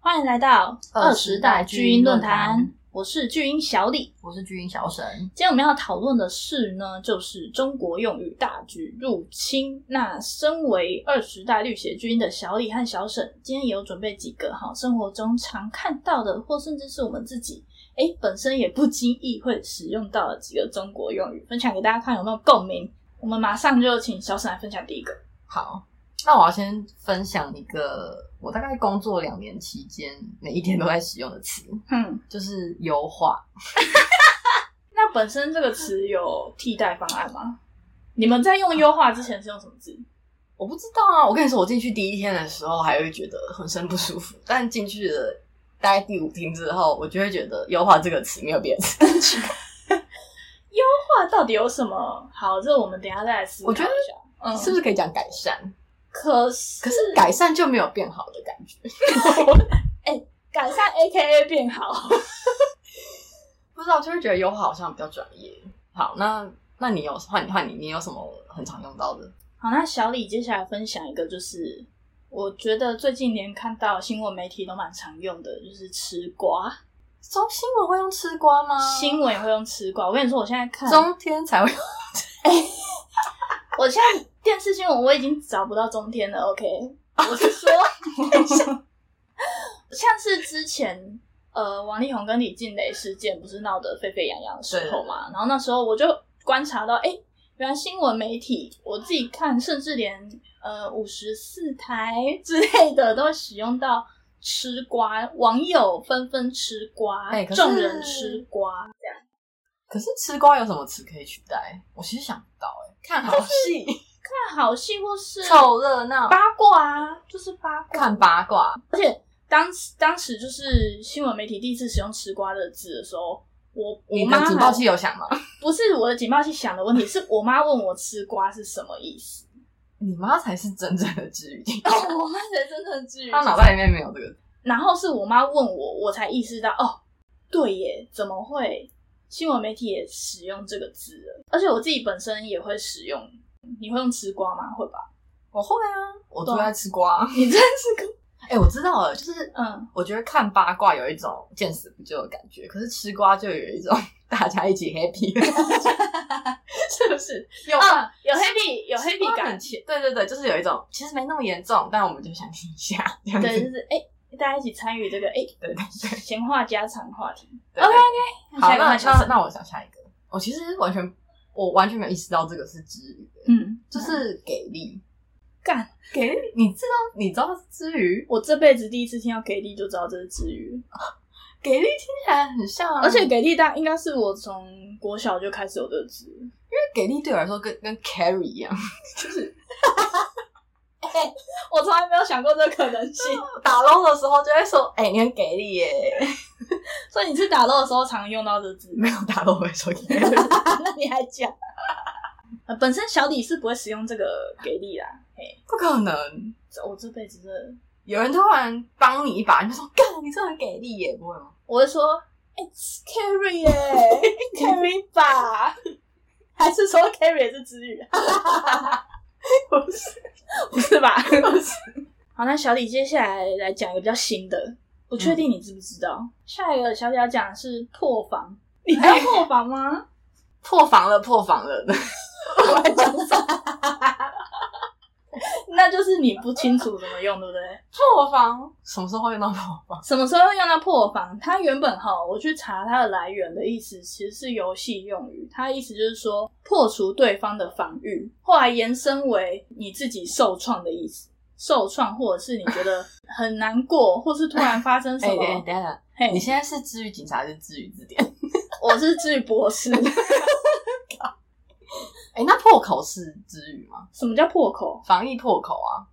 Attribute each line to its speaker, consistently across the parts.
Speaker 1: 欢迎来到
Speaker 2: 二十代巨婴论坛，
Speaker 1: 我是巨婴小李。
Speaker 2: 我是巨婴小沈。
Speaker 1: 今天我们要讨论的事呢，就是中国用语大举入侵。那身为二十代绿血巨婴的小李和小沈，今天也有准备几个哈生活中常看到的，或甚至是我们自己哎本身也不经意会使用到的几个中国用语，分享给大家看有没有共鸣。我们马上就请小沈来分享第一个。
Speaker 2: 好，那我要先分享一个我大概工作两年期间每一天都在使用的词，
Speaker 1: 嗯，
Speaker 2: 就是优化。
Speaker 1: 那本身这个词有替代方案吗？你们在用优化之前是用什么字？
Speaker 2: 我不知道啊，我跟你说，我进去第一天的时候还会觉得浑身不舒服，但进去了大概第五天之后，我就会觉得优化这个词没有 别的词。
Speaker 1: 优化到底有什么好？这我们等一下再来思考一下。
Speaker 2: 我觉
Speaker 1: 嗯，
Speaker 2: 是不是可以讲改善？
Speaker 1: 可是
Speaker 2: 可是改善就没有变好的感觉。
Speaker 1: 改善 A K A 变好，
Speaker 2: 不知道，就会觉得优化好像比较专业。好，那那你有换你换你，你有什么很常用到的？
Speaker 1: 好，那小李接下来分享一个，就是我觉得最近连看到新闻媒体都蛮常用的，就是吃瓜。
Speaker 2: 中新闻会用吃瓜吗？
Speaker 1: 新闻也会用吃瓜。我跟你说，我现在看，
Speaker 2: 中天才会用。
Speaker 1: 我现在电视新闻我已经找不到中天了。OK，我是 说，像是之前呃王力宏跟李静蕾事件不是闹得沸沸扬扬的时候嘛，然后那时候我就观察到，哎、原来新闻媒体我自己看，甚至连呃五十四台之类的都使用到吃瓜，网友纷纷吃瓜，
Speaker 2: 哎可是
Speaker 1: 众人吃瓜，
Speaker 2: 可是吃瓜有什么词可以取代？我其实想不到哎、看好戏、
Speaker 1: 看好戏或是
Speaker 2: 凑热闹、
Speaker 1: 八卦啊，就是八卦。
Speaker 2: 看八卦，
Speaker 1: 当时当时就是新闻媒体第一次使用“吃瓜”的字的时候，我我
Speaker 2: 你
Speaker 1: 妈
Speaker 2: 的
Speaker 1: 还
Speaker 2: 警报器有响吗？
Speaker 1: 不是我的警报器响的问题，是我妈问我“吃瓜”是什么意思。
Speaker 2: 你妈才是真正的 治愈体，
Speaker 1: 我妈才真正至于
Speaker 2: 她脑袋里面没有这个。
Speaker 1: 然后是我妈问我，我才意识到哦，对耶，怎么会新闻媒体也使用这个字了？而且我自己本身也会使用。你会用“吃瓜”吗？会吧？
Speaker 2: 我会啊，我最爱吃 瓜。
Speaker 1: 你真是个
Speaker 2: 哎、我知道了，就是
Speaker 1: 嗯，
Speaker 2: 我觉得看八卦有一种见死不救的感觉，可是吃瓜就有一种 大家一起 happy 的感觉， 是不是？有吧？
Speaker 1: 啊，有 happy 有 happy
Speaker 2: 哦吃瓜
Speaker 1: 感
Speaker 2: 很，切对对对，就是有一种其实没那么严重，但我们就想听一下这样子。
Speaker 1: 对，就是哎、大家一起参与这个哎、
Speaker 2: 对对对
Speaker 1: 闲话家常话题。
Speaker 2: 对 OK OK，好，
Speaker 1: 下一个
Speaker 2: 那
Speaker 1: 换小
Speaker 2: 那
Speaker 1: 沈
Speaker 2: 那我想下一个，我其实完全我完全没有意识到这个是之余，
Speaker 1: 嗯，
Speaker 2: 就是给力
Speaker 1: 干，
Speaker 2: 给力，你知道你知道之余
Speaker 1: 我这辈子第一次听到给力就知道这是治愈，
Speaker 2: 给力听起来很像啊，
Speaker 1: 而且给力大应该是我从国小就开始有的词，
Speaker 2: 给力对我来说跟跟 carry 一样，
Speaker 1: 我从来没有想过这个可能性。
Speaker 2: 打捞的时候就会说，哎、你很给力耶，
Speaker 1: 所以你是打肉的时候常用到这字，
Speaker 2: 没有打捞会说给力，
Speaker 1: 那你还讲？ 呃本身小李是不会使用这个给力啦，嘿，
Speaker 2: 不可能，
Speaker 1: 这我这辈子真的，
Speaker 2: 有人突然帮你一把，你就说干，你真的很给力耶，不会吗？
Speaker 1: 我会说 it's carry 耶、carry 吧，还是说 carry 也是词语？
Speaker 2: 不是，
Speaker 1: 不是吧？
Speaker 2: 不是。
Speaker 1: 好，那小李接下来来讲一个比较新的，不确定你知不知道。下一个小李要讲的是破防，你还要破防吗？
Speaker 2: 破防了，破防了！
Speaker 1: 我还讲啥？ 那就是你不清楚怎么用，对不对？
Speaker 2: 破防什么时候会用到破防？
Speaker 1: 什么时候会用到破防？它原本哈，我去查它的来源的意思，其实是游戏用语。它意思就是说破除对方的防御，后来延伸为你自己受创的意思。受创，或者是你觉得 很难过，或是突然发生什
Speaker 2: 哎、
Speaker 1: 么？
Speaker 2: 哎等一下，
Speaker 1: 嘿
Speaker 2: 你现在是治愈警察还是治愈字典？
Speaker 1: 我是治愈博士。
Speaker 2: 哎、那破口是治愈吗？
Speaker 1: 什么叫破口？
Speaker 2: 防疫破口啊，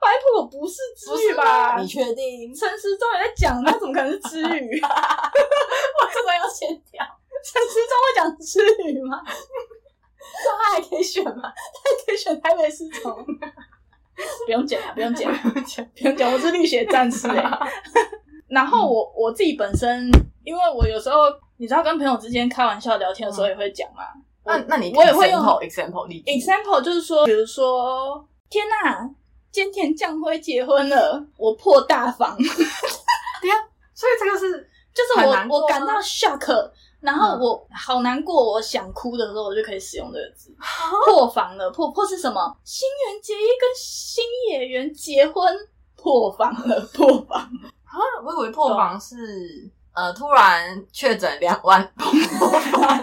Speaker 1: 白破口不是治愈吧？
Speaker 2: 你确定？
Speaker 1: 陈时中也在讲，他怎么可能是治 愈？
Speaker 2: 我这个要先掉，
Speaker 1: 陈时中会讲治愈吗？
Speaker 2: 他还可以选吗？
Speaker 1: 可以选台北市长。 不用剪了，不用剪了，不用剪，我是绿血战士哎、 然后我我自己本身，因为我有时候你知道跟朋友之间开玩笑聊天的时候也会讲嘛。
Speaker 2: 那那你
Speaker 1: 我也会用
Speaker 2: example example 例子，
Speaker 1: example 就是说，比如说，天呐，菅田将晖结婚了，我破大防。
Speaker 2: 天
Speaker 1: shock，然后
Speaker 2: 嗯
Speaker 1: 我好难过，我想哭的时候，我就可以使用这个字。 破防了，破破是什么？新垣结衣跟新演员结婚，破防了，破防了。
Speaker 2: 啊，我以为破防是呃突然确诊两万 破防，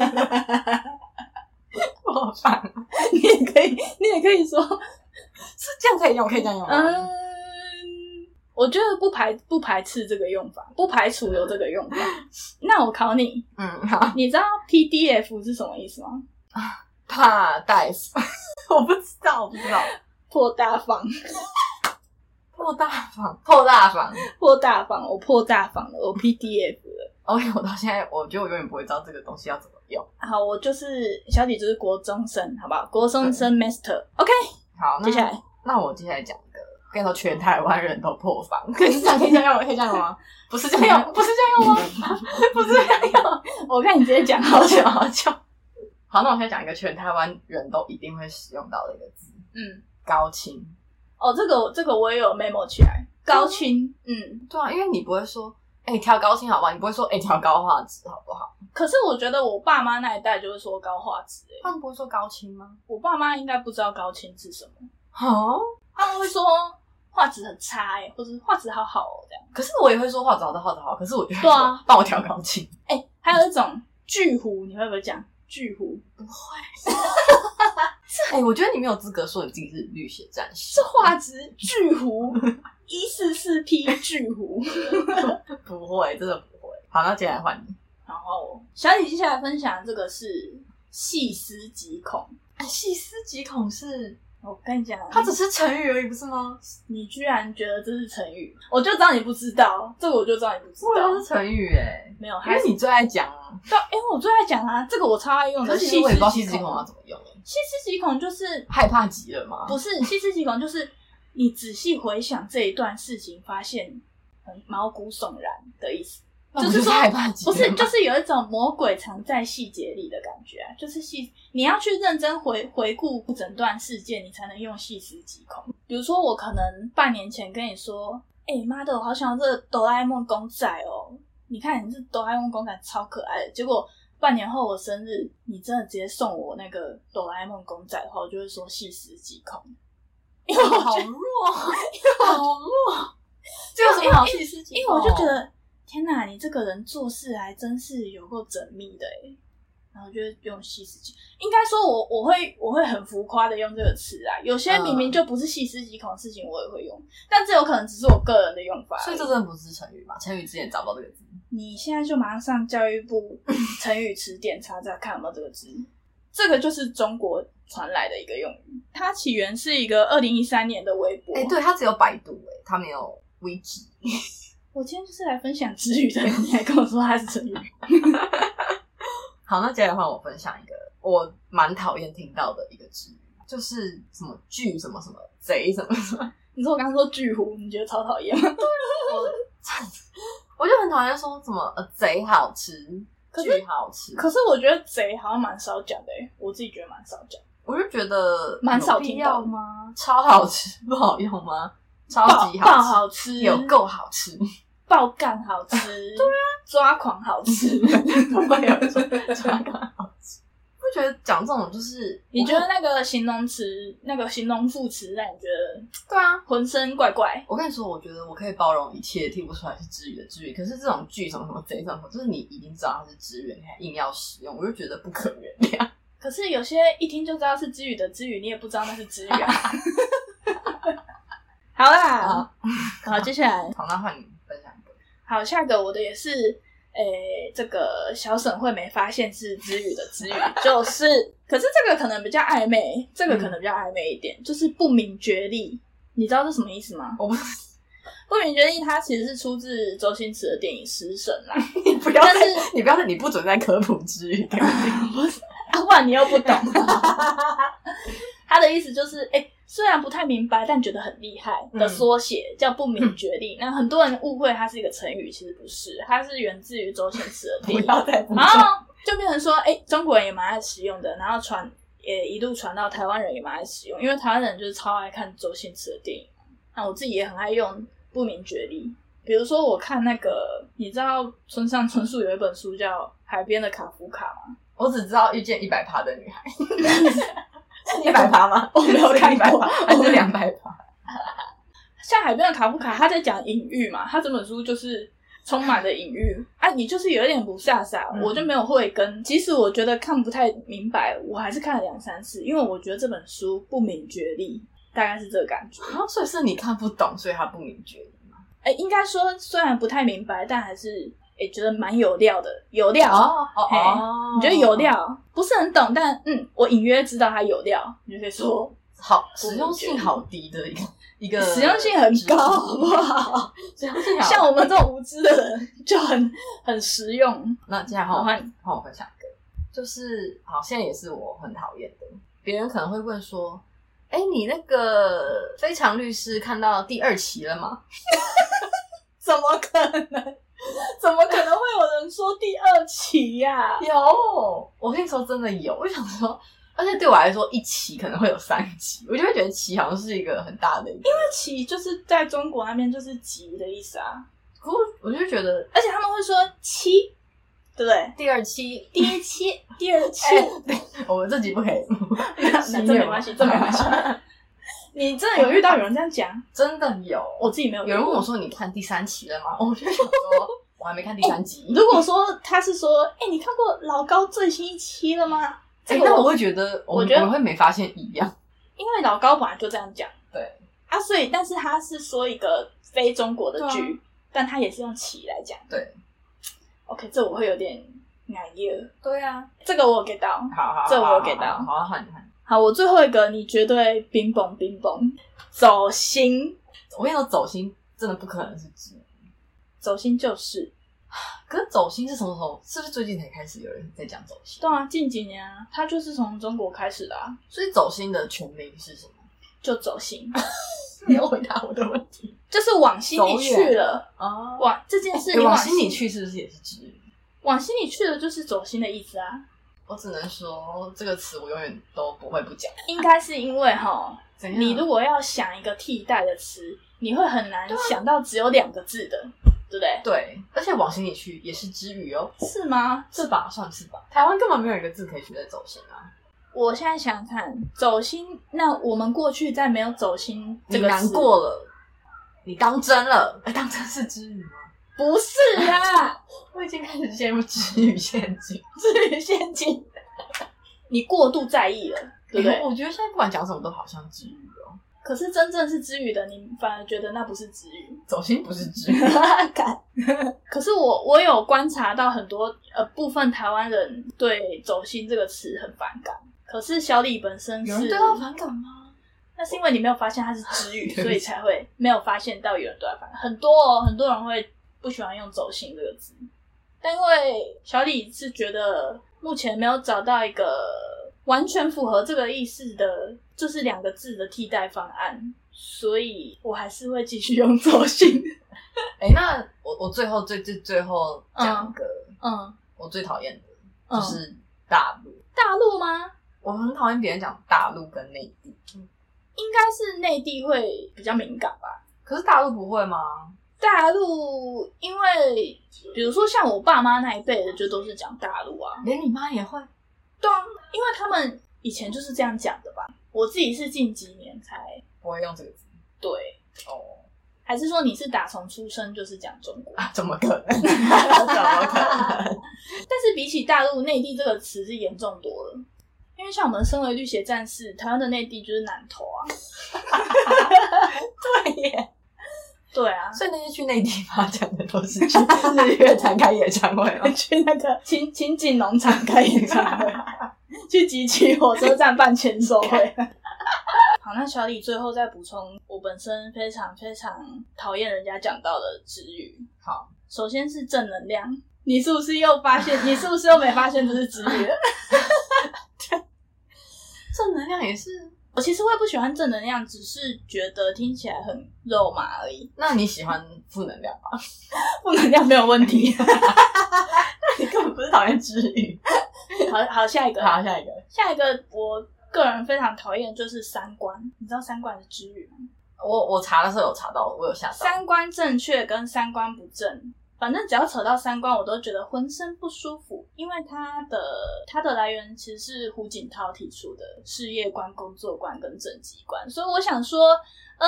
Speaker 2: 破防
Speaker 1: 你也可以，你也可以说，
Speaker 2: 是这样可以用，可以这样用吗。
Speaker 1: 嗯，我觉得不排不排斥这个用法，不排除有这个用法。那我考你，
Speaker 2: 嗯，好，
Speaker 1: 你知道 PDF 是什么意思吗？
Speaker 2: 怕大夫， 我不知道，我不知道。
Speaker 1: 破大防，
Speaker 2: 破大防，破大防。
Speaker 1: 破大防，我破大防了，我 PDF 了。
Speaker 2: 而且我到现在，我觉得我永远不会知道这个东西要怎么用。
Speaker 1: 好，我就是小底，就是国中生，好不好？国中生 Master。OK，
Speaker 2: 好，那
Speaker 1: 接下来
Speaker 2: 那我接下来讲一个，我跟你说，全台湾人都破防，可以这样，可以这样用吗，可以这样用吗？ 不是这样用，不是这样用吗？不是这样用，
Speaker 1: 我看你直接讲好
Speaker 2: 好
Speaker 1: 久
Speaker 2: 久。好久。 好，那我现在讲一个全台湾人都一定会使用到的一个字
Speaker 1: 嗯，
Speaker 2: ——高清。
Speaker 1: 哦，这个这个我也有 memo 起来，高清。嗯，
Speaker 2: 对啊，因为你不会说，哎、调高清好不好？你不会说，哎、调高画质好不好？
Speaker 1: 可是我觉得我爸妈那一代就是说高画质、欸，
Speaker 2: 他们不会说高清吗？
Speaker 1: 我爸妈应该不知道高清是什么。
Speaker 2: 哦，
Speaker 1: 他们会说画质很差哎、欸，或者是画质好好哦、这样。
Speaker 2: 可是我也会说画质好的画质好，可是我觉得
Speaker 1: 对啊，
Speaker 2: 帮我调高 清。
Speaker 1: 哎、还有一种巨糊，你会不会讲巨糊？
Speaker 2: 哎、我觉得你没有资格说你自己是绿血战士
Speaker 1: 是，画质巨糊，一四四 P 巨糊。
Speaker 2: 不会，真的不会。好，那接下来换你。
Speaker 1: 然后小李接下来分享这个是细思极恐。
Speaker 2: 哎细思极恐是，
Speaker 1: 我跟你讲，
Speaker 2: 它只是成语而已，不是吗？
Speaker 1: 你居然觉得这是成语，我就知道你不知道，这个我就知道你不知
Speaker 2: 我以为它
Speaker 1: 道
Speaker 2: 啊是。成语哎、
Speaker 1: 没有，
Speaker 2: 因
Speaker 1: 还
Speaker 2: 为
Speaker 1: 是
Speaker 2: 你最爱讲啊。
Speaker 1: 对，因为我最爱讲啊，这个我超爱用
Speaker 2: 可
Speaker 1: 的。
Speaker 2: 是
Speaker 1: 细
Speaker 2: 其实我也不知道
Speaker 1: 思
Speaker 2: 细
Speaker 1: 极
Speaker 2: 思极恐要
Speaker 1: 恐，
Speaker 2: 怎么用、欸，
Speaker 1: 细思极恐就是
Speaker 2: 害怕极了吗？
Speaker 1: 不是细思极恐，就是你仔细回想这一段事情，发现很毛骨悚然的意思。
Speaker 2: 那
Speaker 1: 就
Speaker 2: 不
Speaker 1: 是
Speaker 2: 是
Speaker 1: 说
Speaker 2: 害怕极
Speaker 1: 不
Speaker 2: 了吗，
Speaker 1: 是，就是有一种魔鬼藏在细节里的感觉啊，就是细，你要去认真回回顾整段事件，你才能用细思极恐。比如说，我可能半年前跟你说，哎、妈的，我好想要这个哆啦 A 梦公仔哦，你看你这哆啦 A 梦公仔超可爱的，结果。半年后我生日，你真的直接送我那个哆啦 A 梦公仔的话，我就会说细思极恐，因为我
Speaker 2: 好弱，好弱，这有什么好细思极
Speaker 1: 因为
Speaker 2: 恐？
Speaker 1: 我就觉得，天哪，你这个人做事还真是有够缜密的哎。然后就用细思极，应该说我我会我会很浮夸的用这个词啊。有些明
Speaker 2: 嗯
Speaker 1: 明就不是细思极恐的事情，我也会用，但这有可能只是我个人的用法而已。
Speaker 2: 所以这真的不是成语嘛？成语之前找不到这个字。
Speaker 1: 你现在就马上上教育 部成语词典查查看有没有这个字。这个就是中国传来的一个用语，它起源是一个二零一三年的微博。
Speaker 2: 哎、对，它只有百度、哎，它没有 wiki。
Speaker 1: 我今天就是来分享词语的，你还跟我说它是成语。
Speaker 2: 好，那接下来换我分享一个我蛮讨厌听到的一个词语，就是什么巨什么什么贼什么什么，
Speaker 1: 你说我刚刚说巨狐，你觉得超讨厌吗？
Speaker 2: 我就很讨厌说什么呃贼好吃，
Speaker 1: 可是
Speaker 2: 巨好吃，
Speaker 1: 可是我觉得贼好像蛮少讲的、欸，我自己觉得蛮少讲。
Speaker 2: 我就觉得
Speaker 1: 蛮少
Speaker 2: 有必
Speaker 1: 听到
Speaker 2: 要吗？超好吃不好用 吗？超
Speaker 1: 爆
Speaker 2: 级
Speaker 1: 爆
Speaker 2: 好
Speaker 1: 好吃，
Speaker 2: 吃，有够 好吃，
Speaker 1: 爆干好 吃，对啊，抓狂好吃。
Speaker 2: 不会有人说超好吃。不觉得讲这种就是
Speaker 1: 你觉得那个形容词，那个形容副词，让你觉得
Speaker 2: 对啊？
Speaker 1: 浑身怪怪？
Speaker 2: 我跟你说，我觉得我可以包容一切，听不出来是知语的知语。可是这种句什么什么贼什么，就是你已经知道它是知语，你还硬要使用，我就觉得 不 可原谅。
Speaker 1: 可是有些一听就知道是之语的之语，你也不知道那是之语啊。 好啦，好，接下来
Speaker 2: 好，那换你分享一个。
Speaker 1: 好，下一个我的也是，诶、这个小沈惠没发现是之语的之语，就是，可是这个可能比较暧昧，这个可能比较暧昧一点，就是不明觉厉。你知道这什么意思吗？
Speaker 2: 我不，
Speaker 1: 不明觉厉，它其实是出自周星驰的电影《食神》啦。
Speaker 2: 你不要再
Speaker 1: 但是，
Speaker 2: 你不要再，你不准再科普知语给我听。
Speaker 1: 啊，不然你又不懂。他的意思就是，哎、虽然不太明白，但觉得很厉害
Speaker 2: 嗯
Speaker 1: 的缩写、叫不明觉厉。那很多人误会它是一个成语，其实不是，它是源自于周星驰的电
Speaker 2: 不
Speaker 1: 影。
Speaker 2: 要再补充
Speaker 1: 然。后就变成说，哎、中国人也蛮爱使用的，然后传也一路传到台湾人也蛮爱使用，因为台湾人就是超爱看周星驰的电影嘛。那我自己也很爱用不明觉厉，比如说，我看那个，你知道村上春树有一本书叫《海边的卡夫卡》吗？
Speaker 2: 我只知道遇见一百趴的女孩， 一百趴 吗？
Speaker 1: 我没有看
Speaker 2: 一百
Speaker 1: 过
Speaker 2: 趴还是两百趴？
Speaker 1: 像《海边的卡夫卡》，他在讲隐喻嘛，他整本书就是充满了隐喻啊。你就是有一点不飒飒，
Speaker 2: 嗯
Speaker 1: 我就没有慧根。即使我觉得看不太明白，我还是看了两三次，因为我觉得这本书不明觉厉，大概是这个感觉。
Speaker 2: 啊，所以是你看不懂，所以他不明觉。
Speaker 1: 哎、应该说虽然不太明白，但还是哎、觉得蛮有料的，有料。
Speaker 2: 哦哦
Speaker 1: 嘿
Speaker 2: 哦，
Speaker 1: 你觉得有料，不是很懂，但嗯，我隐约知道它有料，你就可以说
Speaker 2: 好，实用性好低的一个 一个，
Speaker 1: 实用性很 高，好不？好？
Speaker 2: 实用性好。
Speaker 1: 像我们这种无知的人就很很实用。
Speaker 2: 那接下来
Speaker 1: 好
Speaker 2: 换我
Speaker 1: 换
Speaker 2: 换我分享一个，就是好，现在也是我很讨厌的，别人可能会问说：“哎、你那个《非常律师》看到第二期了吗
Speaker 1: 怎么可能？怎么可能会有人说第二期呀、？”
Speaker 2: 有，我跟你说真的有，我想说。而且对我来说，一期可能会有三集，我就会觉得期好像是一个很大的一个。
Speaker 1: 二期就是在中国那边就是集的意思啊，
Speaker 2: 可我我就觉得
Speaker 1: 而且他们会说期，对不对？
Speaker 2: 第二期，
Speaker 1: 第一期，第二期，
Speaker 2: 哎我们这集不可以，
Speaker 1: 那那这没关系，这没 关系。你真的有遇到有人这样讲？
Speaker 2: 真的有。
Speaker 1: 我自己没有
Speaker 2: 有
Speaker 1: 遇过。
Speaker 2: 人问我说：“你看第三期了吗？”我就想说，我还没看第三集。
Speaker 1: 如果说他是说，哎、你看过老高最新一期了吗？这
Speaker 2: 哎，
Speaker 1: 个
Speaker 2: 那
Speaker 1: 我、
Speaker 2: 我会觉得，我
Speaker 1: 我觉得
Speaker 2: 我们会没发现一样。
Speaker 1: 因为老高本来就这样讲，
Speaker 2: 对
Speaker 1: 啊，所以但是他是说一个非中国的
Speaker 2: 对啊
Speaker 1: 剧，但他也是用起来讲。
Speaker 2: 对
Speaker 1: ，OK，这我会有点难耶。
Speaker 2: 对啊，
Speaker 1: 这个我有 get 到。
Speaker 2: 好好，
Speaker 1: 这我
Speaker 2: 好好
Speaker 1: 给到
Speaker 2: 好好好，很很。
Speaker 1: 好，我最后一个，你绝对冰崩冰崩，走心
Speaker 2: 我跟你说，走心真的不可能是直男，
Speaker 1: 走心就是
Speaker 2: 可是走心是从头，是不是最近才开始有人在讲走心？
Speaker 1: 对啊，近几年啊，他就是从中国开始的、啊，
Speaker 2: 所以走心的全名是什么？
Speaker 1: 就走心，
Speaker 2: 你要回答我的问题
Speaker 1: 就是往心里
Speaker 2: 走远
Speaker 1: 去了。
Speaker 2: 哦。
Speaker 1: 往这件事，
Speaker 2: 哎
Speaker 1: 你
Speaker 2: 往
Speaker 1: 心
Speaker 2: 心里，去是不是也是直男？
Speaker 1: 往心里去了就是走心的意思啊。
Speaker 2: 我只能说这个词我永远都不会不讲。
Speaker 1: 应该是因为哈，
Speaker 2: 怎样
Speaker 1: 你如果要想一个替代的词，你会很难
Speaker 2: 啊
Speaker 1: 想到只有两个字的，对不对？
Speaker 2: 对，而且往心里去也是之语哦，
Speaker 1: 是吗？
Speaker 2: 是吧？算是吧。台湾根本没有一个字可以取代走心啊。
Speaker 1: 我现在想想看，走心，那我们过去在没有走心这
Speaker 2: 你
Speaker 1: 个
Speaker 2: 难
Speaker 1: 词，
Speaker 2: 过了，你当真了，哎，当真是之语吗？
Speaker 1: 不是 啦，
Speaker 2: 我已经开始陷入知语陷 阱，
Speaker 1: 至于陷阱，你过度在意了，对不对？
Speaker 2: 我觉得现在不管讲什么都好像知语哦，
Speaker 1: 可是真正是知语的，你反而觉得那不是知语。。
Speaker 2: 走心不是知语
Speaker 1: 感。可是我我有观察到很多呃部分台湾人对“走心”这个词很反感。可是小李本身
Speaker 2: 有人
Speaker 1: 是
Speaker 2: 对，他反感吗？
Speaker 1: 那是因为你没有发现他是直语，
Speaker 2: 对不起
Speaker 1: 所以才会没有发现到有人对他反感。很多哦，很多人会不喜欢用“走心”这个字，但因为小李是觉得目前没有找到一个完全符合这个意思的，就是两个字的替代方案，所以我还是会继续用“走 心
Speaker 2: 哎、那我我最后最最最后讲一个、”。
Speaker 1: 嗯，
Speaker 2: 我最讨厌的，
Speaker 1: 嗯
Speaker 2: 就是大陆。
Speaker 1: 大陆吗？
Speaker 2: 我很讨厌别人讲大陆跟内地，
Speaker 1: 应该是内地会比较敏感吧。
Speaker 2: 可是大陆不会吗？
Speaker 1: 大陆，因为比如说像我爸妈那一辈的，就都是讲大陆啊，
Speaker 2: 连你妈也会。
Speaker 1: 对啊，因为他们以前就是这样讲的吧。我自己是近几年才
Speaker 2: 不会用这个字
Speaker 1: 对，
Speaker 2: 哦
Speaker 1: 还是说你是打从出生就是讲中国？
Speaker 2: 啊？怎么可能？ 怎么可能？
Speaker 1: 但是比起大陆内地这个词是严重多了，因为像我们身为绿鞋战士，台湾的内地就是南投啊。
Speaker 2: 对耶！
Speaker 1: 对啊，
Speaker 2: 所以那些去内地发展的都是去日月潭开演唱会 吗？
Speaker 1: 去那个情情景农场开演唱会， 去集齐火车站办签售会。 好，那小李最后再补充，我本身非常非常讨厌人家讲到的词语。
Speaker 2: 好，
Speaker 1: 首先是正能量，你是不是又发现？ 你是不是又没发现这是词语了？
Speaker 2: 正能量也是。
Speaker 1: 我其实会不喜欢正能量，只是觉得听起来很肉麻而已。
Speaker 2: 那你喜欢负能量吗？
Speaker 1: 负能量没有问 题。
Speaker 2: 你根本不是讨厌知语。
Speaker 1: 好好，下一个，
Speaker 2: 好，下一个。
Speaker 1: 下一个，我个人非常讨厌就是三观。你知道三观的词语吗？
Speaker 2: 我我查的时候有查到，我有吓到。
Speaker 1: 三观正确跟三观不正，反正只要扯到三观，我都觉得浑身不舒服，因为它的它的来源其实是胡锦涛提出的事业观、工作观跟政绩观，所以我想说，呃，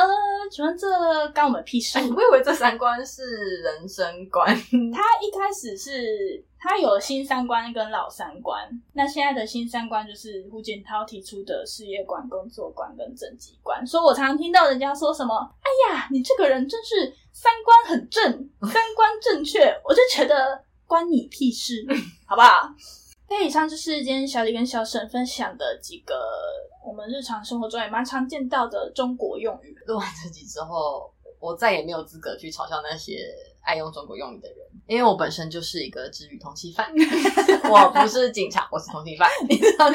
Speaker 1: 请问这干我们屁事？
Speaker 2: 哎，我以为这三观是人生观，
Speaker 1: 他一开始是他有新三观跟老三观，那现在的新三观就是胡锦涛提出的事业观、工作观跟政绩观。所以我常常听到人家说什么：“哎呀，你这个人真是三观很 正，三观正确。” 我就觉得关你屁事，好不好？ 那以上就是今天小李跟小沈分享的几个我们日常生活中也蛮常见到的中国用语。
Speaker 2: 录完这集之后，我再也没有资格去嘲笑那些爱用中国用语的人，因为我本身就是一个治愈通缉犯， 我不是警察，我是通缉犯。你知道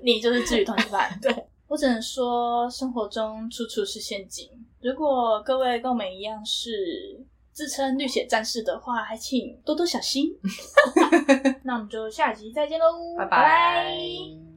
Speaker 1: 你就是治愈通缉犯。对我只能说，生活中处处是陷阱。如果各位跟我们一样是自称绿血战士的话，还 请多多小心。那我们就下集再见喽，
Speaker 2: 拜
Speaker 1: 拜
Speaker 2: 拜